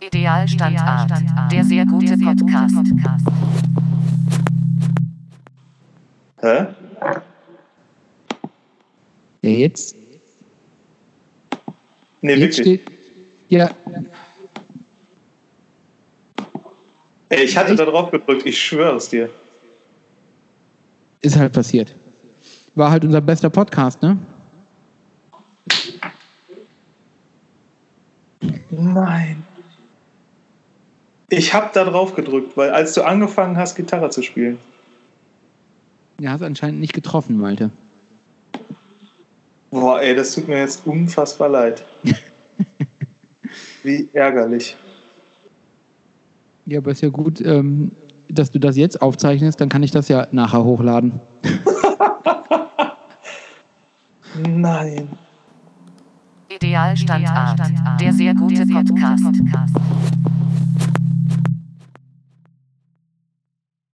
Idealstandart, der sehr gute Podcast. Hä? Ja, jetzt, Nee, jetzt wirklich. steht. Ja, Ey, ich hatte da drauf gedrückt, ich schwöre es dir. ist halt passiert. War halt unser bester Podcast, ne? Nein. Ich hab da drauf gedrückt, weil als du angefangen hast, Gitarre zu spielen. Ja, hast anscheinend nicht getroffen, Malte. Boah, ey, das tut mir jetzt unfassbar leid. Wie ärgerlich. Ja, aber ist ja gut, ähm, dass du das jetzt aufzeichnest, dann kann ich das ja nachher hochladen. Nein. Idealstandart, der sehr gute Podcast.